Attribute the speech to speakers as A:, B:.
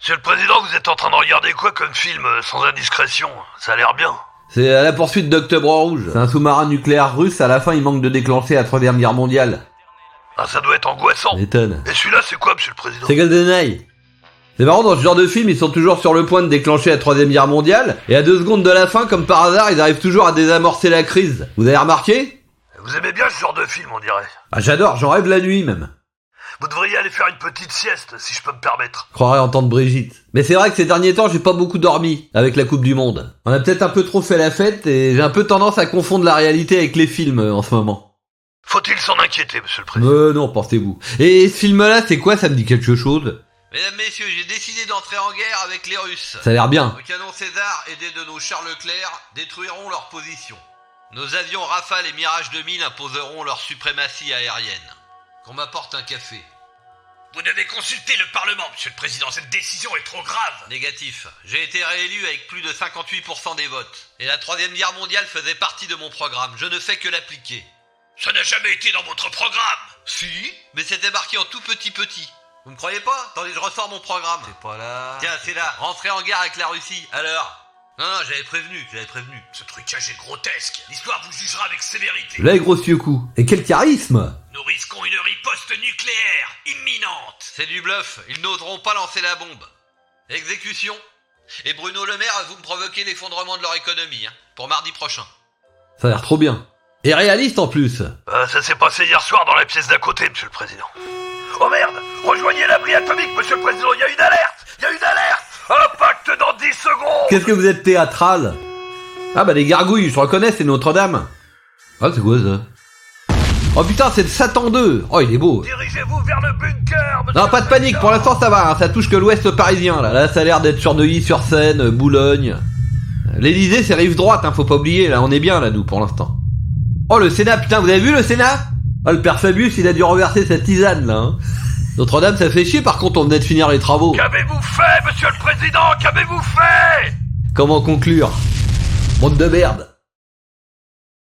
A: Monsieur le Président, vous êtes en train de regarder quoi comme film, euh, sans indiscrétion Ça a l'air bien.
B: C'est à la poursuite d'Octobre Rouge. C'est un sous-marin nucléaire russe, à la fin il manque de déclencher la troisième guerre mondiale.
A: Ah, ça doit être angoissant.
B: M'étonne.
A: Et celui-là, c'est quoi, Monsieur le Président
B: C'est GoldenEye. C'est marrant, dans ce genre de film, ils sont toujours sur le point de déclencher la troisième guerre mondiale, et à deux secondes de la fin, comme par hasard, ils arrivent toujours à désamorcer la crise. Vous avez remarqué
A: Vous aimez bien ce genre de film, on dirait.
B: ah, J'adore, j'en rêve la nuit même.
A: Vous devriez aller faire une petite sieste, si je peux me permettre.
B: Je croirais entendre Brigitte. Mais c'est vrai que ces derniers temps, j'ai pas beaucoup dormi avec la Coupe du Monde. On a peut-être un peu trop fait la fête, et j'ai un peu tendance à confondre la réalité avec les films euh, en ce moment.
A: Faut-il s'en inquiéter, Monsieur le Président
B: Euh, non, pensez-vous. Et ce film-là, c'est quoi Ça me dit quelque chose
C: Mesdames, messieurs, j'ai décidé d'entrer en guerre avec les Russes.
B: Ça a l'air bien.
C: Nos canons César, aidés de nos Charles Leclerc, détruiront leur position. Nos avions Rafale et Mirage 2000 imposeront leur suprématie aérienne. Qu'on m'apporte un café.
A: Vous devez consulter le Parlement, Monsieur le Président. Cette décision est trop grave.
C: Négatif. J'ai été réélu avec plus de 58% des votes. Et la troisième guerre mondiale faisait partie de mon programme. Je ne fais que l'appliquer.
A: Ça n'a jamais été dans votre programme.
C: Si Mais c'était marqué en tout petit petit. Vous me croyez pas Attendez, je ressors mon programme. C'est pas là. Tiens, c'est là. Rentrer en guerre avec la Russie. Alors Non, non, j'avais prévenu, j'avais prévenu.
A: Ce trucage est grotesque. L'histoire vous jugera avec sévérité.
B: Là, gros vieux coup. Et quel charisme
A: Nous risquons une riposte nucléaire imminente.
C: C'est du bluff. Ils n'oseront pas lancer la bombe. Exécution. Et Bruno Le Maire, vous me provoquez l'effondrement de leur économie, hein, pour mardi prochain.
B: Ça a l'air trop bien. Et réaliste en plus.
A: Euh, ça s'est passé hier soir dans la pièce d'à côté, monsieur le président. Oh merde Rejoignez l'abri atomique, monsieur le président Il y a une alerte Il y a une alerte Impact dans 10 secondes
B: Qu'est-ce que vous êtes théâtral Ah bah les gargouilles, je reconnais, c'est Notre-Dame. Ah c'est quoi ça Oh putain, c'est le Satan 2 Oh il est beau
A: Dirigez-vous vers le bunker, monsieur
B: Non, pas de
A: le
B: panique,
A: président.
B: pour l'instant ça va, hein, ça touche que l'ouest parisien là. Là ça a l'air d'être sur Neuilly-sur-Seine, euh, Boulogne. Euh, L'Elysée c'est rive droite, hein, faut pas oublier, là on est bien là nous pour l'instant. Oh le Sénat, putain, vous avez vu le Sénat Ah le père Fabius il a dû renverser sa tisane là. hein. Notre-Dame ça fait chier par contre, on venait de finir les travaux.
A: Qu'avez-vous fait, monsieur le président Qu'avez-vous fait
B: Comment conclure Bande de merde